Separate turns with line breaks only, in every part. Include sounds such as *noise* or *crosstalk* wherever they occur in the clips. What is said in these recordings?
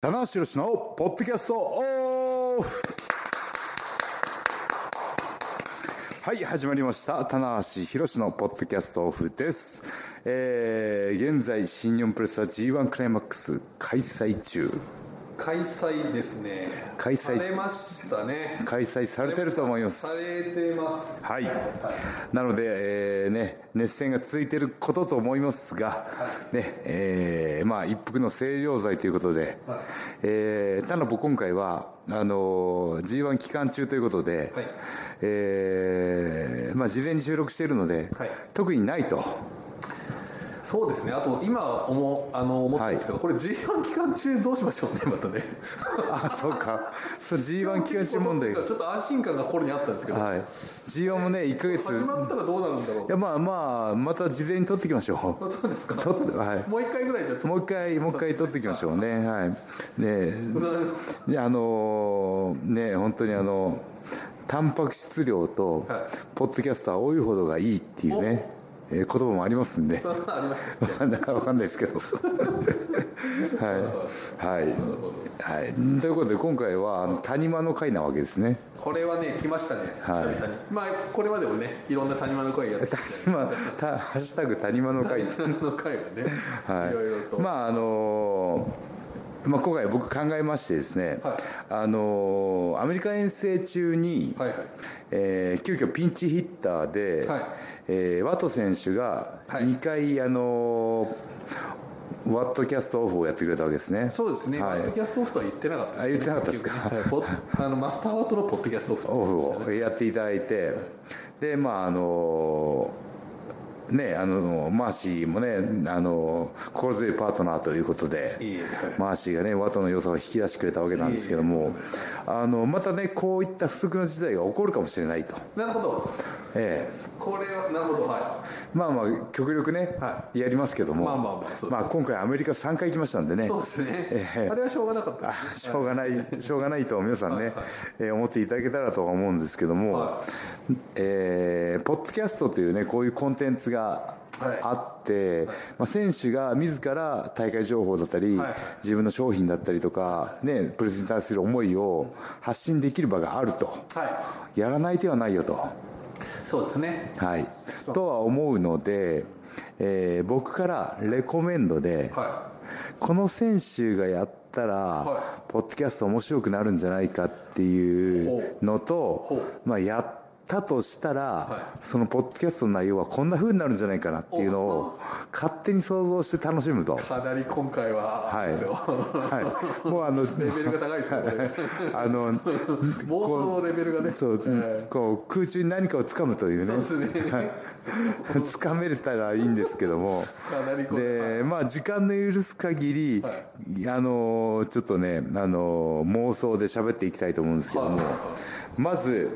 棚橋宏のポッドキャストオフはい始まりました棚橋宏のポッドキャストオフですえー、現在新日本プロレスは G1 クライマックス開催中
開催ですね
開催
されましたね
開催されてると思います
されてます
はい、なので、えーね、熱戦が続いていることと思いますが、ねえーまあ、一服の清涼剤ということで、えーただ僕、今回はあの g 1期間中ということで、
はい
えーまあ、事前に収録しているので、
はい
特にないと、
そうですねあと今思あの思ったんですけど、これ G1 期間中どうしましょうねまたね
あそうか、g 1期間中問題
ちょ、っと安心感が心にあったんですけど、
はい、g 1もね、1か月、
始
い
まったらどうなるんだろう
やまあまあ、また事前に撮っていきましょう。
そうですか
撮ってはい
もう一回ぐらいじゃ
もう一回、もう一回撮っていきましょうね。はい。ねいやあのーね本当にあのタンパク質量と
はい
ポッドキャストは多いほどがいいっていうね、えー言葉もありますんで *laughs*
そんなのありました
分かんないですけど *laughs* はいはい、はい、ということで今回はあの谷間の会なわけですね
これはね来ましたね、
はい
久々にまあこれまでもねいろんな谷間の会やって
*laughs*
きて
*laughs* 今た「ハッシュタグ谷間の会」
*laughs* 谷間の会がね、、
はい
ろいろと、
い、まああのーまあ、今回僕考えましてですね、
はい
あのーアメリカ遠征中に、
はいはい
えー急遽ピンチヒッターで、
はい
えーワト選手が
はい
2回、あのーワットキャストオフをやってくれたわけですね
そうですね、
は
ポッド
い、
キャストオフとは言ってなかった
あ言ってなかったですか
はいポッ *laughs* あのマスターワートのポッドキャストオフ
オフをやっていただいて、でまああのーね、あのーマーシーもね、あのー心強いパートナーということで、
いえいえ
マーシーがね、ワトの良さを引き出してくれたわけなんですけども、あのまたね、こういった不測の事態が起こるかもしれないと、
なるほど
え
これはなるほどは
え、まあまあ、極力ね、
は
やりますけども、
まあまあまあそうで
ま
す
あ今回、アメリカ3回行きましたんでね
い。そうですね、
ええ
あれはしょうがなかった
あしょうがない、しょうがないと皆さんね、えー思っていただけたらとは思うんですけども、
は
えーポッドキャストというね、こういうコンテンツが
はい
あって、まあ、選手が自ら大会情報だったり、
はい
自分の商品だったりとか、ね、プレゼンに対する思いを発信できる場があると、
は
やらない手はないよと。
いそうですね
はい、とは思うので、えー僕からレコメンドで、
は
この選手がやったら、
は
ポッドキャスト面白くなるんじゃないかっていうのと
ほう、
まあ、やったとしたら、
は
そのポッドキャストの内容はこんな風になるんじゃないかなっていうのを勝手に想像して楽しむと。
いかなり今回は、
はい
ですよ
はい、もうあの
レベルが高いですよこれ
あの
妄想のレベルがね
そう、
え
こう空中に何かを掴むというね
そうですね
はい掴めれたらいいんですけども
かなりこれ
でまあ時間の許す限り、
は
あのちょっとねあの妄想で喋っていきたいと思うんですけども、
はい
まず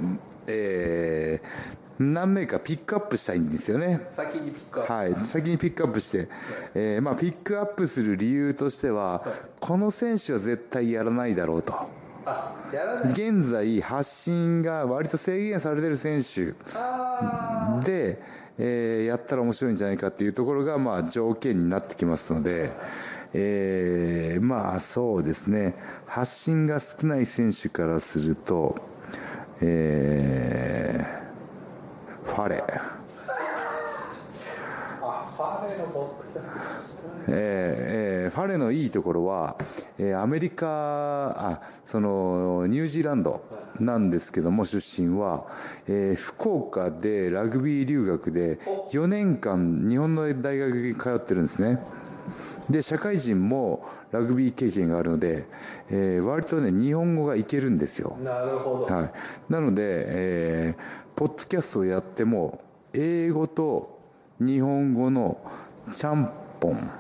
えー何名かピックアップしたいんですよね
先にピックアップ、
はい、先にピックアップして、えーまあ、ピックアップする理由としては、この選手は絶対やらないだろうと、
あやらない
現在、発信が割と制限されてる選手
あ
で、えーやったら面白いんじゃないかっていうところが、まあ、条件になってきますので、えーまあそうですね、発信が少ない選手からすると、えーファレ。
あバーレーのポッドキャス
えーえーファレのいいところは、えーアメリカあそのニュージーランドなんですけども出身は、えー福岡でラグビー留学で4年間日本の大学に通ってるんですねで社会人もラグビー経験があるので、えー割とね日本語がいけるんですよ
トなるほど、
はい、なので、えーポッドキャストをやっても英語と日本語のちゃんぽん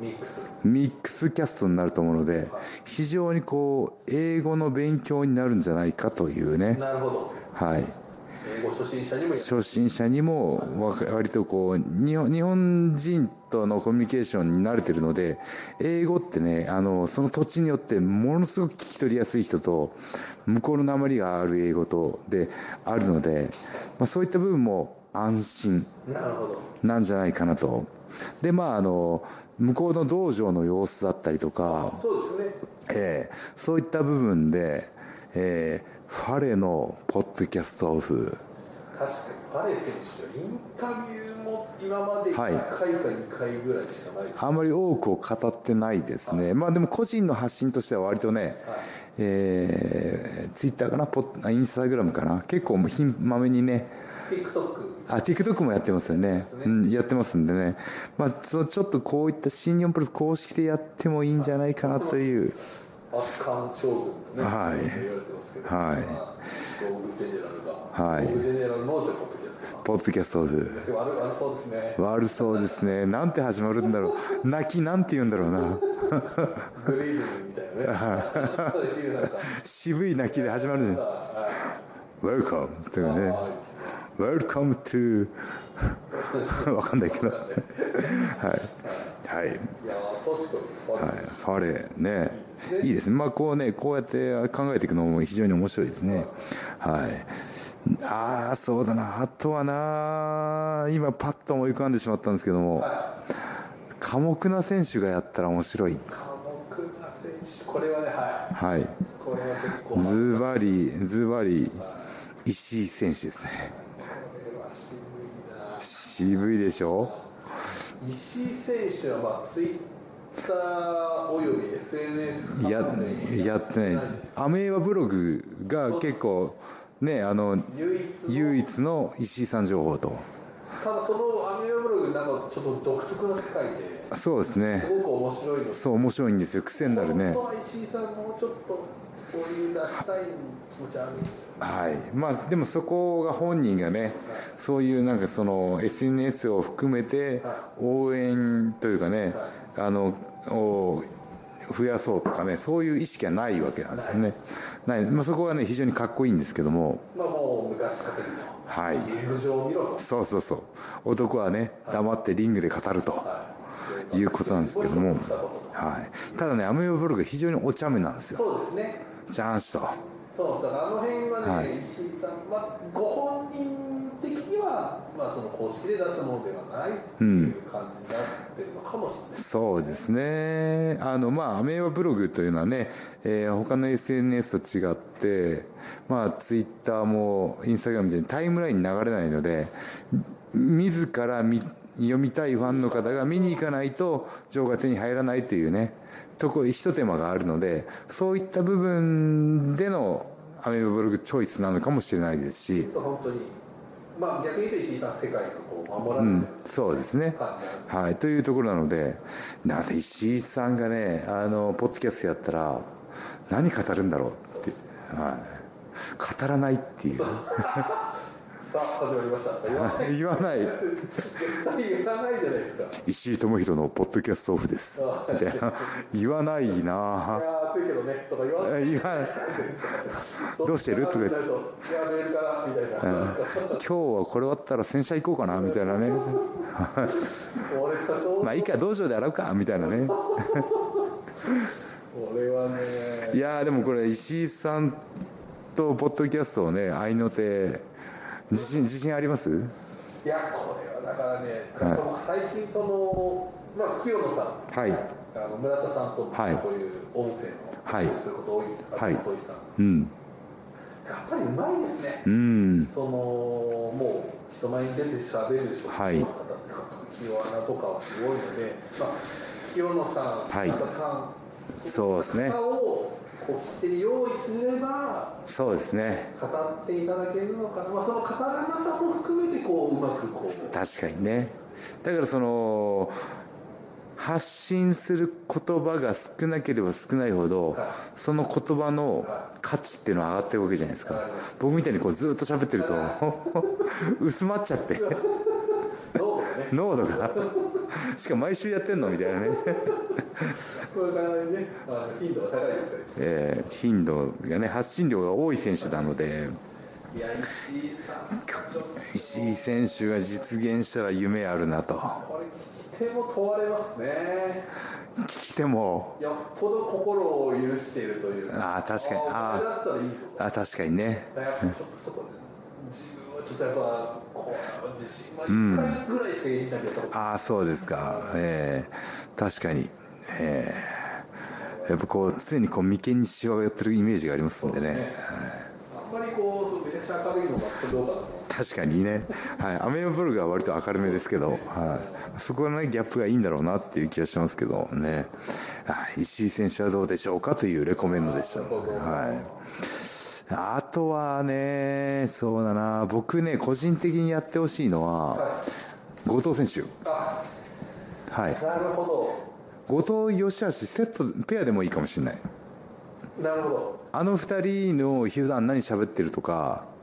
ミックス
ミックスキャストになると思うので非常にこう英語の勉強になるんじゃないかというね、
なるほど
はい、
英語初心者にもや
初心者にもわか割とこう日本日本人とのコミュニケーションに慣れてるので英語ってねあのその土地によってものすごく聞き取りやすい人と向こうの訛りがある英語とであるので、まあ、そういった部分も安心
なるほど
なんじゃないかなとでまああの向こうの道場の様子だったりとか
そうですね
えーそういった部分で、えーファレのポッドキャストオフ
確かにバレー選手のインタビューも今まで1
はい
回か2回ぐらいしかない、
あんまり多くを語ってないですね、まあ、でも個人の発信としては割とね、えツイッター Twitter かなポッあ、インスタグラムかな、結構もう頻まめにね、
TikTok
あ TikTok もやってますよね、うん、やってますんでね、まあ、そちょっとこういった新日本プロレス公式でやってもいいんじゃないかなという、
圧巻将軍とね、
はい
言われてますけ
は
ど、
い
まあローグジェネラルが、
はい
ローグジェネラルのじゃあポッドキャスト
ポッドキャストオフ。
ですよ悪悪そうですね
悪そうですね。なんて始まるんだろう。泣きなんて言うんだろうな。
グリーンみたいなねそういうなんか
渋い泣きで始まるじゃん。Welcome とかね。
あれですね
Welcome to *laughs* わかんないけど。はい。はい。
いやー確かに悪い
はい、ファレね、いいですね、まあ、こうね、こうやって考えていくのも非常に面白いですね。はい、ああ、そうだな、あとはな、今、パッと思い浮かんでしまったんですけども、寡黙な選手がやったら面白い、
寡黙な選手これはねは
はい、
いこれは結構こ
ズバリ、ズバリ、石井選手ですね、
れは渋いな
渋いでしょ、
石井選手はまあツイッターおよび SNS
や
関連
やってない、アメーバブログが結構、ね、あの
唯一の
唯一の石井さん情報と。
ただそのアメーバブログなんかちょっと独特の世界で
そうですね
すごく面白いので
そう面白いんですよ癖になるね
本当は石井さんもうちょっとこういう出したい気持ちあるんですよ
はいまあでもそこが本人がねそういうなんかその SNS を含めて応援というかねあのを増やそうとかねそういう意識はないわけなんですよねない、まあ、そこがね非常にかっこいいんですけども
まあもう昔かけるの
はい
リング上を見ろと
そうそうそう男はね黙ってリングで語るということなんですけどもはいただねアメーバブログ非常にお茶目なんですよ
そうですね
チャンスと。
そうそうあの辺はね、
はい
石井さんはご本人的には、まあ、その公式で出すものではないっていう感じになってるのかもしれない、
そうですね、あのまあ、アメーバブログというのはね、えー他の SNS と違って、まあ、ツイッターもインスタグラムみたいにタイムラインに流れないので、み自ら見読みたいファンの方が見に行かないと、情が手に入らないというね、とこひと手間があるので、そういった部分でのアメーバブログチョイスなのかもしれないですし、
そう本当にまあ逆に言うと石井さん世界がこう守ら
う
れてる
ん、そうですね。
感じ、
はい、というところなので、なんで石井さんがね、あのポッドキャストやったら、何語るんだろうって、はい、語らないっていう、 *laughs*
さあ始まりました言わない
言わない、
絶対言わないじゃないですかい
石井智弘のポッドキャストオフです、みたいな、言わないな
やー暑いけどねとか言わ
あ、
ない
言わない、どうしてるとか
言
言
っ
ってて
いやメールからみたいな、
今日はこれ終わったら洗車行こうかな、みたいなね、
俺はそう、
まあいいか、道場で洗うか、みたいなね。
俺はね
いやーでもこれ石井さんとポッドキャストをね合いの手自信自信あります
いやこれはだからね、僕最近そのまあ清野さん
はい
あの村田さんと
はい
こういう音声
はい
のすること多いんですか、
はい
後藤さん
うん
やっぱりうまいですね、
うん
そのもう人前に出て喋る職
はい
人の方って清穴とかはすごいので、まあ、清野さん、
はい
村田さ
そうです
ん
ね
方をこう切手に用意すれば
そうですね
語っていただけるのかな、まあ、その語らなさも含めてこううまくこう
確かにねだからその発信する言葉が少なければ少ないほど
はい
その言葉の価値っていうのは上がってるわけじゃないですか僕みたいにこうずっと喋ってると *laughs* 薄まっちゃって
どうだね
濃度がしかも毎週やってんのみたいなね
これからねあの頻度が高いですから
えー頻度がね発信量が多い選手なので
いや石井さんちょっと
石井選手が実現したら夢あるなと
これ聞き手も問われますね
聞きても
よっぽど心を許しているという
あー確かに
あ
あー
あだったらいいぞ
あ確かにね
だからやっぱちょっとそこで自分はちょっとやっぱこう自信は1回ぐらいしか言えないけど、
ああそうですかええ確かにええやっぱこう常にこう眉間にしわが寄ってるイメージがありますんでね
あんまりこうそうめちゃくちゃ明るいのがどうかなと
確かにね、はい、アメーバブルが割と明るめですけど、はい、そこの、ね、ギャップがいいんだろうなっていう気がしますけどね、はい、石井選手はどうでしょうかというレコメンドでしたので、はい、あとはね、そうだな、僕ね、個人的にやってほしいのは、後藤選手。
あ
はい、
なるほ
後藤、吉橋、セット、ペアでもいいかもしれない。
どなるほど
あの二人の普段何喋ってるとか、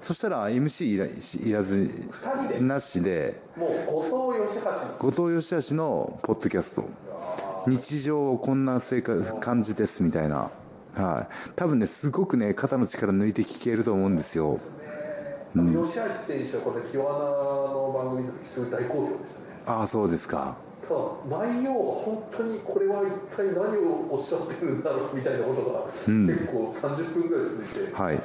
そしたら MC いらいらず
人で
なしで、
もう後藤義橋の
後藤義橋のポッドキャスト、日常をこんな生活感じですみたいな、はい、多分ね、すごくね、肩の力抜いて聞けると思うんですよ。
あの吉橋選手はこれキワナの番組の時すごい大好評でしたね
ああ、そうですか。
ただ内容が本当にこれは一体何をおっしゃってるんだろうみたいなことが結構30分ぐらい続いて、
はい。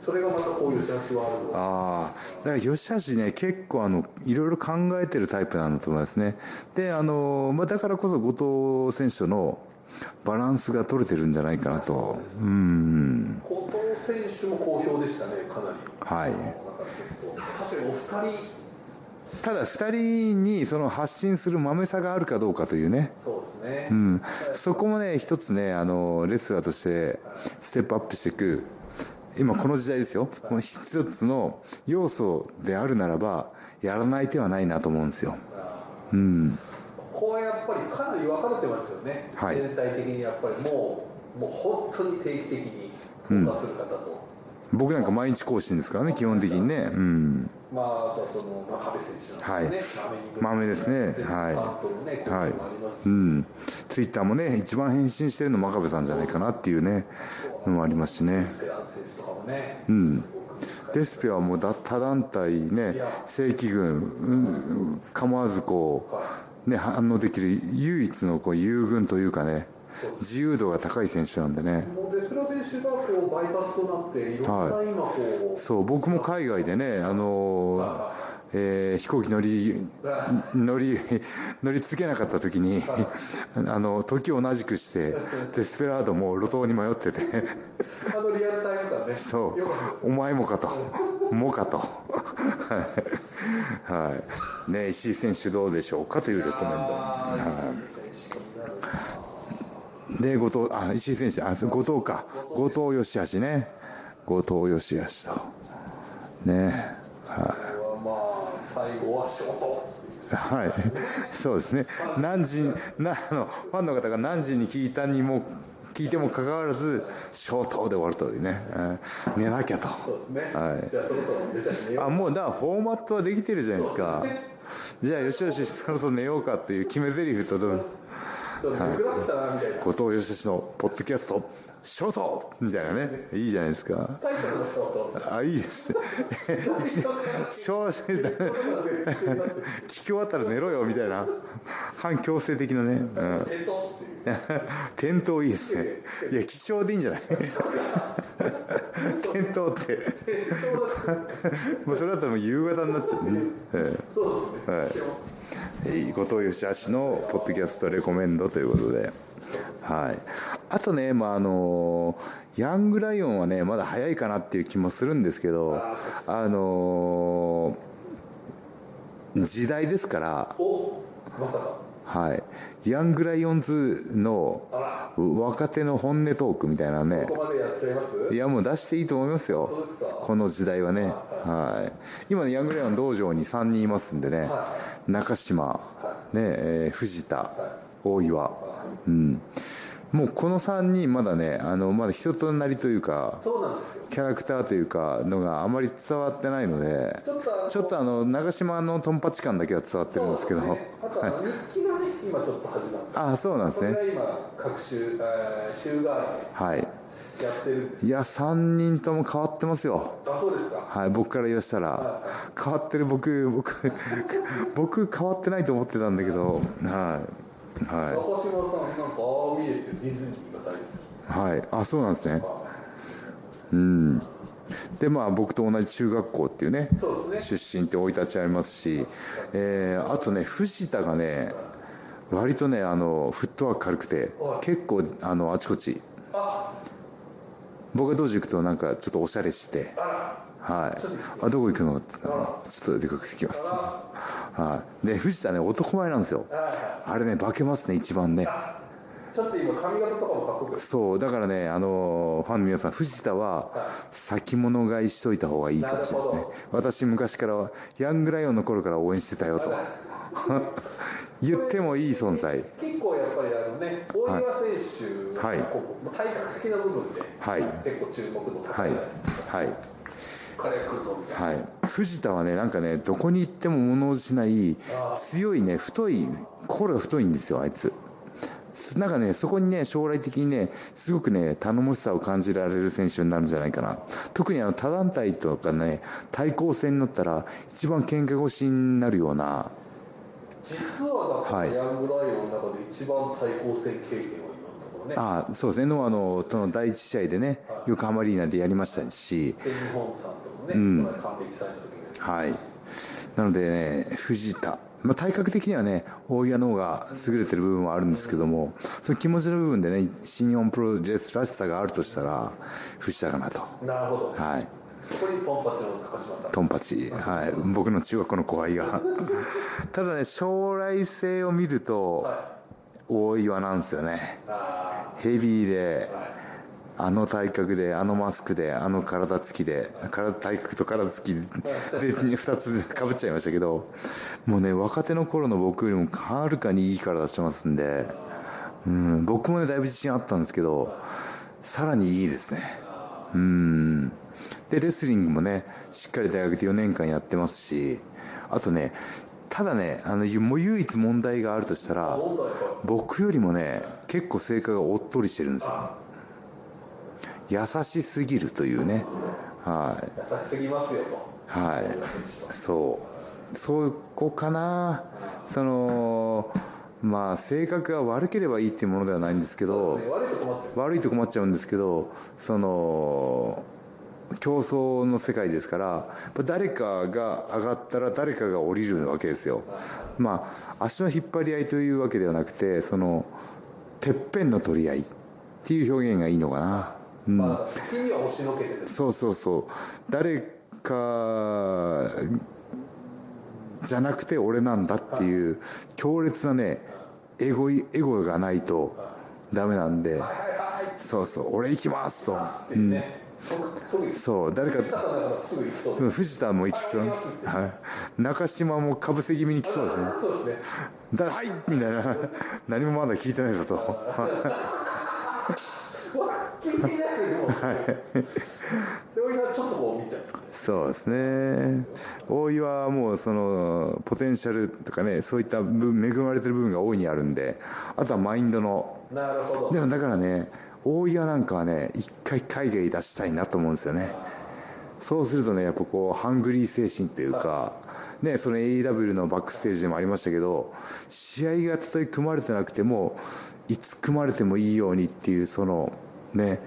それがまたこういう写真ワールド
ああ、だから吉橋ね、結構あの、いろいろ考えてるタイプなんだと思いますね。で、あの、まあ、だからこそ後藤選手とのバランスが取れてるんじゃないかなと。うん。
後藤選手も好評でしたねかなり
はい
なんか結構確かにお二人
ただ、二人にその発信するまめさがあるかどうかというね。
そうですね、
うん、そこもね、一つね、あのレスラーとしてステップアップしていく、今、この時代ですよ、この一つの要素であるならば、やらない手はないなと思うんですよ。うん、
ここはやっぱりかなり分かれてますよね、
はい
全体的にやっぱりもうもう本当に定期的に投下する方と、
僕なんか毎日更新ですからね、基本的にね、うん、
まあ、あとはその真壁選手なんですね、
はい
豆にぶつかって
豆ですねはい
関東のね、こう
はい
いうのもあります
う
し、
ん、ツイッターもね、一番返信してるの、真壁さんじゃないかなっていうね、のもありますしね。
スペラン選手とかもね、
ん
すごく使い
デスペはもうだ他団体ね
いや
正規軍、うん、構わずこう、ね、反応できる唯一のこう優軍というかね自由度が高い選手なんでね
もうデスペラ選手がこうバイパスとなって、いろんな
は
今こう、
そう僕も海外でねあのーえー飛行機乗り乗り乗り続けなかった時にあの時を同じくしてデスペラードも路頭に迷ってて
あのリアルタイム感ね、
そ
よかったです
うお前もかともかとはい、はい、ね石井選手どうでしょうかというレコメンド
あー石井選手気になるな
で後藤あ石井選手あそう後藤か後藤義橋ね後藤義橋とねは
これはまあ、最後はショートっていう
い、はい、そうですね何時になあのファンの方が何時に聞いたにも聞いてもかかわらず消灯で終わるというね、うん寝なきゃと
そうですね、
はい
じゃあそろそろ出ちゃいねよ
あもうだからフォーマットはできてるじゃないですかじゃあよしよしそろそろ寝ようかっていう決め台詞とともに
ちょっと眠くなってきたなみたいな、
後藤義しのポッドキャストショートみたいなねいいじゃないですか
タイトルのショート。
あいいですね *laughs* 少子聞き終わったら寝ろよみたいな反強制的なね、うん、
えっとっていう
*laughs* 転倒いいですねいや気象でいいんじゃない転倒ってもうそれだともう夕方になっちゃうね、ええ
そうですね、
えー後藤義橋のポッドキャストレコメンドということで、はい、あとね、まああのーヤングライオンはねまだ早いかなっていう気もするんですけど、あのー時代ですから、
おまさか
はい、ヤングライオンズの
あ
若手の本音トークみたいなね
ここまでやっちゃいます
いやもう出していいと思います
どう
よ
ですか
この時代はね、はい、今のヤングレオン道場に3人いますんでね、
は
中島、ねえー藤田、大岩、うん、もうこの3人まだねあのまだ人となりというか
そうなんですよ
キャラクターというかのがあまり伝わってないので
ちょっとあの
ちょっとあの長島のトンパチ感だけは伝わってるんですけど
そうねあとあの日記がね今ちょっと始まった
ああそうなんです
それ
ね
が今各週えー週替わり
はい
でやってるんです
いや3人とも変わってますよ
あそうですか
はい、僕から言わしたら、変わってる僕、僕、 *laughs* 僕、変わってないと思ってたんだけど、はい、は
若島さんなんかああ見えてディズニーが大好き
い、はい、あ、そうなんですね。うん、で、まあ、僕と同じ中学校っていうね、
そうですね
出身って生い立ちありますし、えーあとね、藤田がね、割とねあのフットワーク軽くて
はい
結構あのあちこち
あ
僕が道場行くとなんかちょっとおしゃれして
あら
はい
ちょっ
「あどこ行くの?」ってあ
あ
のちょっと出かけてきます
あ」ら
はいで藤田ね男前なんですよ
はいは
あれね化けますね一番ね
いちょっと今髪型とかもかっこよく
そうだからねあのーファンの皆さん藤田は先物買いしといた方がいいかもしれないです
な
ね
る
私昔からはヤングライオンの頃から応援してたよと *laughs* 言ってもいい存在
結構やっぱりあのね大岩選手
はい
のこう体格的な部分で
はい
結構注目の高
はい
い
はい
彼が来るぞみたいな
はい藤田はねなんかねどこに行っても物おじしない強いね太い心が太いんですよあいつすなんかねそこにね将来的にねすごくね頼もしさを感じられる選手になるんじゃないかな特にあの他団体とかね対抗戦になったら一番喧嘩腰になるような
実はだから
はい
ヤングライオンの中で一番対抗戦経験は今のところね
ああそうですねのあのその第一試合でね横浜アリーナでやりましたし
全日本さんともね、この間還暦祭の時にやった
はい、なので、ね、藤田、まあ、体格的にはね大岩の方が優れてる部分はあるんですけどもその気持ちの部分でね新日本プロレスらしさがあるとしたら藤田かなと、
なるほど、
はい、
そこにポンパチの高島さん
トンパチ、はい、僕の中学校の後輩がただね将来性を見ると
は
大岩なんですよね
いあ
ヘビーで
ーはい
あの体格であのマスクであの体つきで体体格と体つきで2つかぶっちゃいましたけどもうね若手の頃の僕よりもはるかにいい体してますんで、うん、僕もねだいぶ自信あったんですけどさらにいいですねうんでレスリングもねしっかり大学で4年間やってますしあとねただねあのゆもう唯一問題があるとしたら
問題は
僕よりもね結構成果がおっとりしてるんですよ優しすぎるというねはい
優しすぎますよと
はいそうそこかなそのまあ性格が悪ければいいっていうものではないんですけど
ね悪いと困ってる
悪いと困っちゃうんですけどその競争の世界ですからやっぱ誰かが上がったら誰かが降りるわけですよまあ足の引っ張り合いというわけではなくてそのてっぺんの取り合いっていう表現がいいのかな、うん
まあ時には押しのけてです
そうそうそう誰かじゃなくて俺なんだっていう強烈なねエゴいエゴがないとダメなんで
はいはいはいっ
そうそう俺行きますと
ていうね、即即行く
そう誰か
下かなんかすぐ行きそうで
藤田も行きそう
あ行きます
はい中島もかぶせ気味に来そうですね
そうですね *laughs*
だはいみたいな何もまだ聞いてないぞと
聞いていないよりもでおいさんちょっとこう見ちゃう
そうですね大岩はもうそのポテンシャルとかねそういった部分恵まれてる部分が大いにあるんであとはマインドの
なるほど
でもだからね大岩なんかはね一回海外出したいなと思うんですよねそうするとねやっぱこうハングリー精神というか、ね、その AEW のバックステージでもありましたけど試合がたとえ組まれてなくてもいつ組まれてもいいようにっていうそのね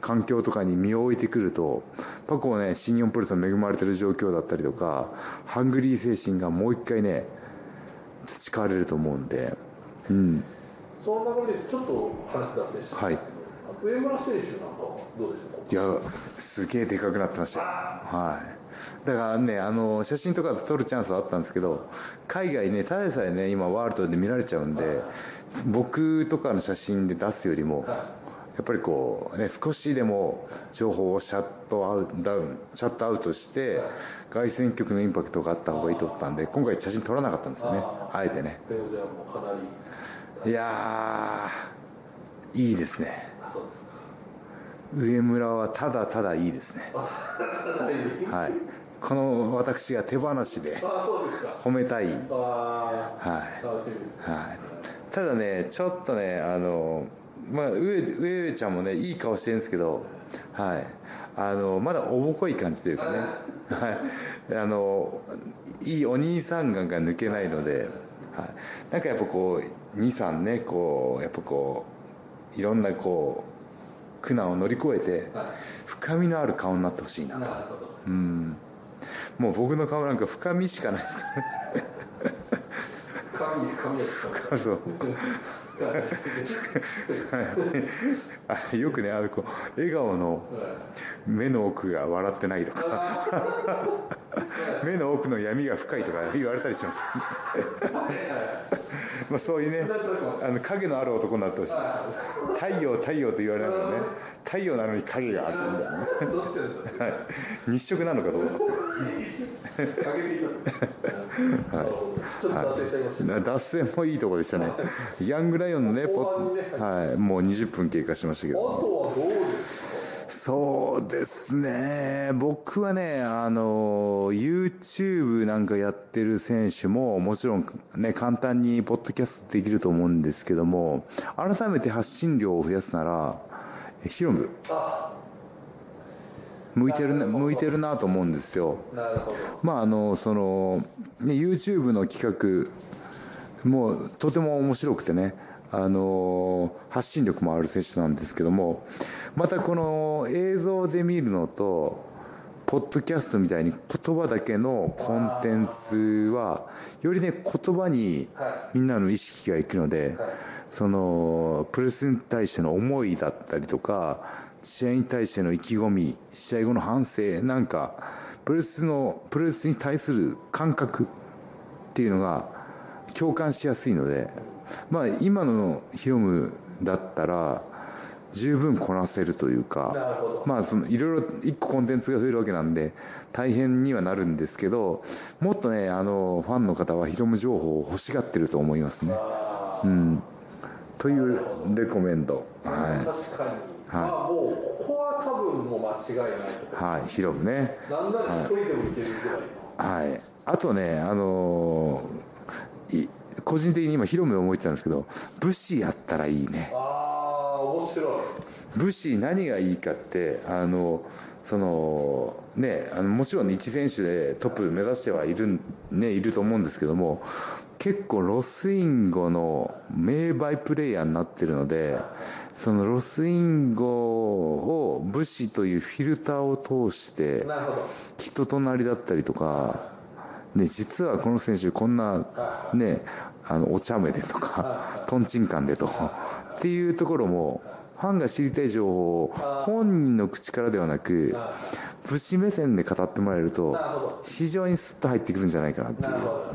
環境とかに身を置いてくるとやっぱこうね新日本プロレスに恵まれてる状況だったりとかハングリー精神がもう一回ね培われると思うんでうん
その中でちょっと話脱線したんですけど、上村選手なんかはどうでしょう
いやすげえでかくなってましたよはいだからねあの写真とか撮るチャンスはあったんですけど海外ねただでさえね今ワールドで見られちゃうんで僕とかの写真で出すよりもやっぱりこうね少しでも情報をシャットアウトダウンシャットアウトして凱旋局のインパクトがあった方がいいと思ったんで今回写真撮らなかったんですよねあえてね
ペオジャンもかなり
いやーいいですね
あそうですか
上村はただただいいですね
はい
はい、この私が手放しで
あそうですか
褒めたい、はい
あ
は
あ楽しみです
い、ただねちょっとねあの、まあ、上上上ちゃんもねいい顔してるんですけど、はい、あのまだおぼこい感じというかね、はい、あのいいお兄さん感が抜けないので、はい、なんかやっぱこう兄さんねこうやっぱこういろんなこう苦難を乗り越えて
は
深みのある顔になってほしいないと。
なるほど
うんもう僕の顔なんか深みしかないですからね
深神神谷さん
あそう
が出してくれて
あよくねあのこう笑顔の目の奥が笑ってないとか目の奥の闇が深いとか言われたりします *laughs* まあそういうね
なんとなくわか
あの影のある男になってほしい太陽太陽と言われながらね太陽なのに影があるみたいなね
はいどっちなんだ
はい日食なのかどうか
陰でいいのなるほどちょっと脱線しちゃいましたね
な脱線もいいとこでしたねヤングライオンのねポ
後半にね
はい、もう20分経過しましたけ
あと
ど
はどうですか
そうですね僕はねあの YouTube なんかやってる選手ももちろんね簡単にポッドキャストできると思うんですけども改めて発信量を増やすならえヒロム
あ
向いてるな
なるほど
向いてるなと思うんですよ
なるほど
まああのそのね YouTube の企画もうとても面白くてねあの発信力もある選手なんですけどもまたこの映像で見るのとポッドキャストみたいに言葉だけのコンテンツはよりね言葉に
は
みんなの意識がいくので、そのプロレスに対しての思いだったりとか試合に対しての意気込み試合後の反省なんかプロレスのプロレスに対する感覚っていうのが共感しやすいので、まあ、今のヒロムだったら十分こなせるというか。
なるほど
まあそのいろいろ1個コンテンツが増えるわけなんで大変にはなるんですけどもっとねあのファンの方はヒロム情報を欲しがってると思いますね。うん、というレコメンドは
確かに、まあもうここは多分もう間違いないと
い、はい、ヒロムね、
なんなら一人でもいけるぐらいの、
はい、あとねあのーい個人的に今ヒロムを思ってたんですけど武士やったらいいね
ああ面白い
武士何がいいかってあのそのねあのもちろん一選手でトップ目指してはいる,、ね、いると思うんですけども結構ロスインゴの名バイプレイヤーになってるのでそのロスインゴを武士というフィルターを通して
なるほど
人となりだったりとか、ね、実はこの選手こんな、ね、あのお茶目でとかとんちんンでとっていうところもファンが知りたい情報を本人の口からではなく武士目線で語ってもらえると
なるほど
非常にスッと入ってくるんじゃないかなってい
なるほ
う。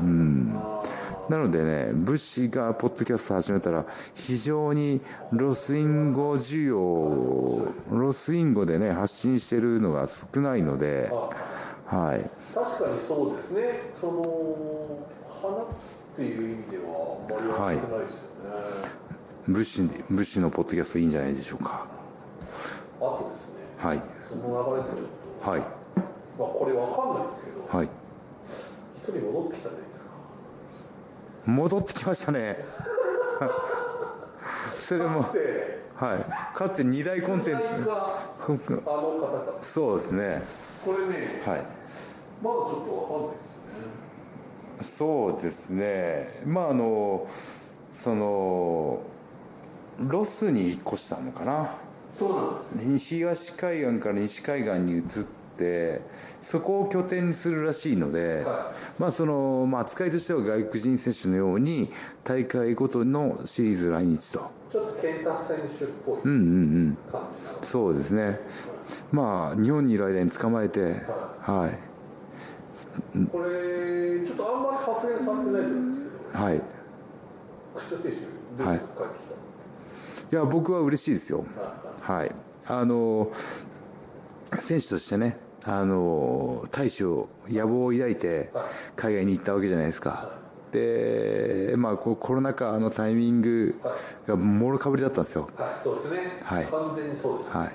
な
ど、
のでね、武士がポッドキャスト始めたら、非常にロスインゴ需要、ロスインゴでね、発信してるのが少ないので、はい、
確かにそうですねその放つっていう意味ではあんまりやってないですよね、
武士武士のポッドキャストいいんじゃないでしょうか。
あとですね
はい、
その流れでちょっ
はい、
とまあこれわかんないですけど
はい。
一人戻ってきたじゃないですか
戻ってきましたね。 *laughs* それも、
で
はい、かつて二大コンテン
世代が
ツ、
あの方だ
そうですね、
これね
はい。
まだちょっとわかんないですよね
そうですねまああのそのロスに引っ越したのかな
そうなんです
東海岸から西海岸に移ってそこを拠点にするらしいので、
は
まあそのまあ扱いとしては外国人選手のように大会ごとのシリーズ来日と
ちょっとケンタ選手っぽい
うんうんうん
感じなの、
そうですねまあ日本にいる間に捕まえてはい
これちょっとあんまり発言されてないと思うんですけど
はいい
櫛田選手どうですか、帰ってき
や僕は嬉しいですよ
たはい
はい、あの選手としてね、あの大使を野望を抱いて海外に行ったわけじゃないですか、で、まあ、こうコロナ禍のタイミングがもろかぶりだったんですよ、
はい、そうですね、
はい
完全にそうです、
はい、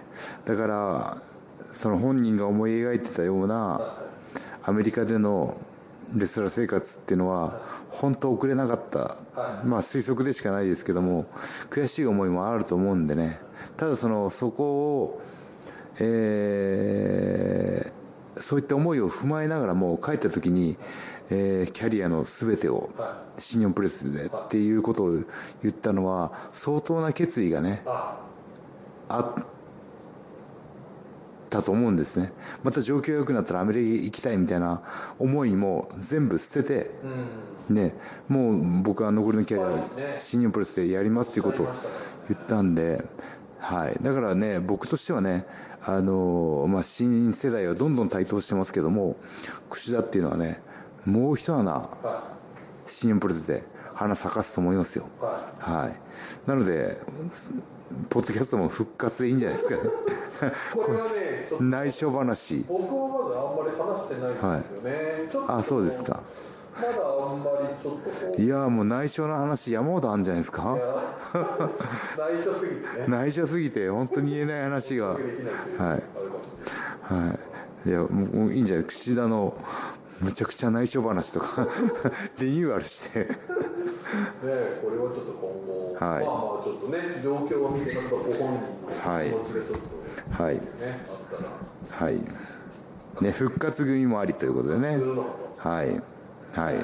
だから、その本人が思い描いてたようなアメリカでのレスラー生活っていうのは、本当、遅れなかった、まあ、推測でしかないですけども、悔しい思いもあると思うんでね、ただその、そこを、えーそういった思いを踏まえながらも、帰った時に、えーキャリアのすべてを、新日本プロレスでっていうことを言ったのは、相当な決意がね、
あ
あったと思うんですねまた状況が良くなったらアメリカ行きたいみたいな思いも全部捨てて、ね、もう僕は残りのキャリア
はいね
を新日本プロレスでやりますということを言ったんで、はい、だからね僕としてはねあの、まあ、新世代はどんどん台頭してますけども櫛田っていうのはねもう一穴
は
新日本プロレスで花咲かすと思いますよ。
いは
はい、なので、ポッドキャストも復活でいいんじゃないですかね、
いこれはねちょっと
内緒話、
僕はまだあんまり話してないんですよね、ちょっと
あそうですか、
まだあんまりちょっとこう
いやー、もう内緒の話、山ほどあるんじゃないですか、
内緒すぎてね
内緒すぎて、本当に言えない話が、
できないというのがあ
は
るかもしれない
い、はい、いや、もういいんじゃない、櫛田のむちゃくちゃ内緒話とか、 *laughs* リニューアルして、
ね、これはちょっと今後、
はい
まあまあちょっとね、状況を見て、ちょっとご本人の
はい
気持ちがちょっとね、
はい、
あったら、す
はい、ね、復活組もありということでね、
るのかと、
はい、はい。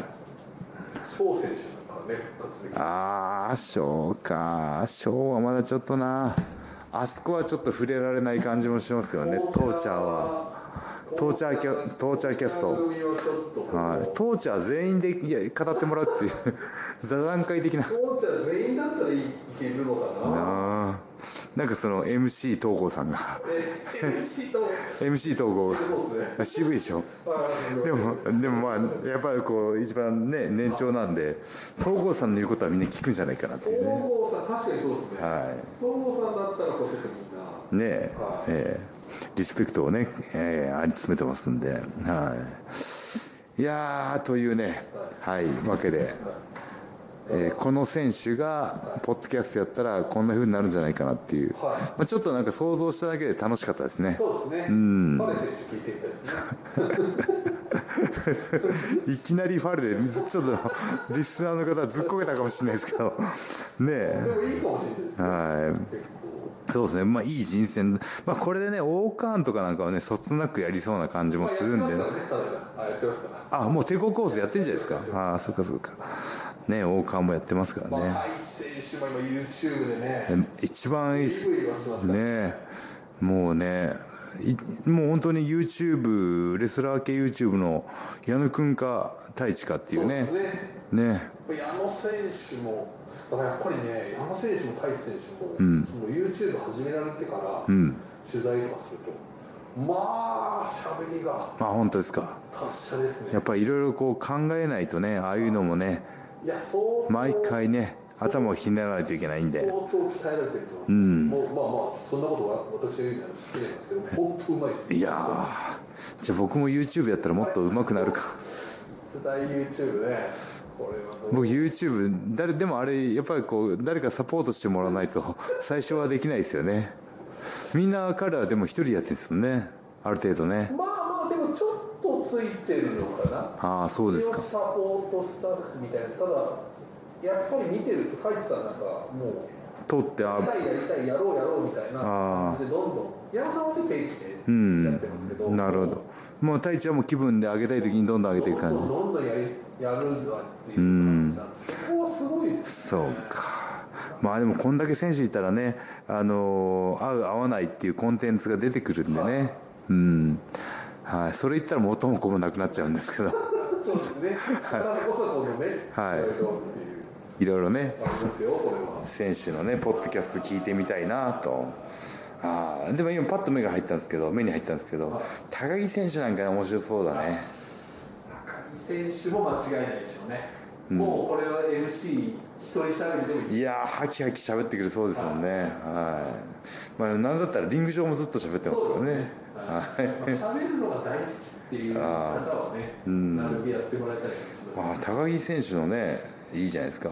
宋選手だからね、復活できる、
ああ翔か翔はまだちょっとなあそこはちょっと触れられない感じもしますよねトーチャーはトーチャーキャトーチャーキャスト
トーチャー組はちょっとこう、
はいトーチャー全員でいや語って *laughs* もらうっていう座談会的な
トーチャー全員だったらいいいけるのかな、
あーなんかその MC 東郷さんが
え MC と、
MC 東郷
そうですね、
が渋いでしょ
はい
でもでもまあやっぱりこう一番ね年長なんで東郷さんの言うことはみんな聞くんじゃないかなっていう
東
ね
郷さん、確かにそうですね、
はい
東郷さんだったら、こうちょっとみんな、
ねえ
はい
ええリスペクトをね、ええあり詰めてますんで、はい、いやーというね、はい、わけで、ええこの選手がポッドキャストやったらこんな風になるんじゃないかなっていう、
はい
まあ、ちょっとなんか想像しただけで楽しかったですね
そうですね、パレ選手聞いてみたいですね。
いきなりファルでちょっとリスナーの方はずっこけたかもしれないですけどね
で
え
もいいかもしれないですね、
はい
結構。
そうですね、まあ、いい人選、まあ、これでね、オーカーンとかなんかはね、そつなくやりそうな感じもするんで、ね
まあ、やってますからね、
あもう抵抗コースやってんじゃないですかああそっかそっかね王冠もやってますから
田中さんあやってますからね。まあ、
ね
太一選手も今 YouTube でね、
一番いいっすね
ブイブイ言わせてますから。
えもうねいもう本当に YouTube レスラー系 YouTube の矢野君か太一かっていうね
そうですね。
ね
矢野選手も、だからやっぱりね、矢野選手も太一選手も、その YouTube 始められてから、取材とかすると、まあ、喋りが
まあ本当ですか
達者です
や
ね
っ。ぱりいろいろこう考えないとねああいうのもね
いや、そう。
毎回ね頭をひねらないといけないんで
相当鍛えられてると思います、もうまあまあそんなことは私が言うのは失礼なんですけど本当うまいです
いやーじゃあ僕も YouTube やったらもっと上手くなるか
絶対 YouTube ねこれはどう
僕 YouTube 誰でもあれやっぱりこう誰かサポートしてもらわないと最初はできないですよねみんな彼はでも一人でやってるんですもんねある程度ね
まあまあでもちょっとついてるのかな
ああそうですか
一応サポートスタッフみたいなただやっぱり見てると太一さんなんかもう
撮ってあ
やりたいやりたいやろうやろうみたいな
あー
感じでどんどん矢野さんはね定期でやってますけど、
なるほどもう太一はもう気分で上げたい時にどんどん上げていく
どん
感
どんどんどんやりやるぞっていう感じなんですそこはすごいですね *laughs*
じそうかまあでもこんだけ選手いたらね、あのー合う合わないっていうコンテンツが出てくるんでねうんはいそれ言ったら元も子もなくなっちゃうんですけど
そうですね。だからこそこのね、
はい
ろろっていう
いろいろね
あれですよ、これは。
選手のねポッドキャスト聞いてみたいなとあーでも今パッと目が入ったんですけど目に入ったんですけど高木選手なんかね面白そうだね
選手も間違いないでしょうね。もうこれは MC 一人喋りでもいい。
いやーハキハキ喋ってくれそうですもんねはいまあ何だったらリング上もずっと喋ってますからね
はいまあ喋るのが大好きっていう方はね、なるべくやってもらいたいですね。
まあ高木選手のねいいじゃないですか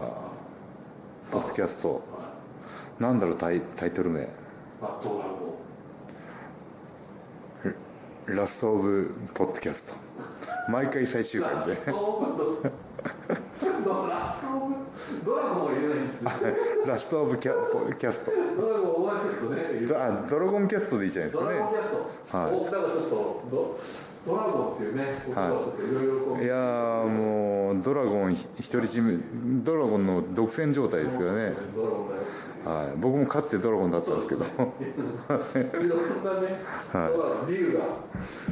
ポッドキャストなんだろうタイタイトル名
まあ、ドラゴ
「ラスト・オブ・ポッドキャスト」毎回最終
ン。ラ
回で
ストオブド。ラストオブドラゴンを入れないんですよ。
「ラスト・オブキャ・ポキャスト
ドラゴンはちょっとね、」
あドラゴンキャストでいいじゃないです
ド
か
ラ
ね
ゴンキャスト、
はい
おなんかちょっとドドラゴンっていうね、言葉をちょっといろいろこう、
いやーもうドラゴンひ一人チームドラゴンの独占状態ですからね
ドラゴンだよっていう
はい、僕もかつてドラゴンだったんですけど
いろんなね、はい、竜が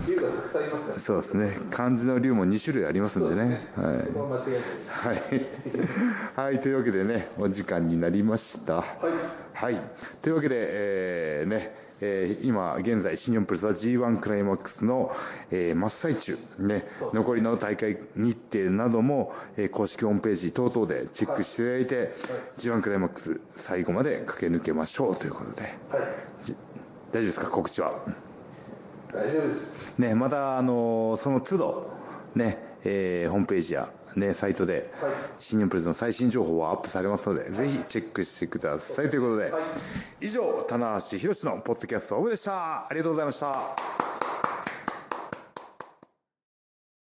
竜がたくさんいますから、
*laughs* そうですね漢字の竜も2種類ありますんでねはい
そこは間違いないです。
*laughs* はい、はい、というわけでねお時間になりました
はい、
はい、というわけで、えーねえー今現在新日本プロレスは g 1クライマックスの、えー真っ最中、ね、残りの大会日程なども、えー公式ホームページ等々でチェックしていただいて、g 1クライマックス最後まで駆け抜けましょうということで
はい、
じ大丈夫ですか告知は、
大丈夫です。
ね、また、あのーその都度、ねえーホームページや、ね、サイトで、
はい
新日本プロレスの最新情報はアップされますのでぜひチェックしてくださいということで、
はい
以上棚橋宏のポッドキャストオブでしたありがとうございました
あ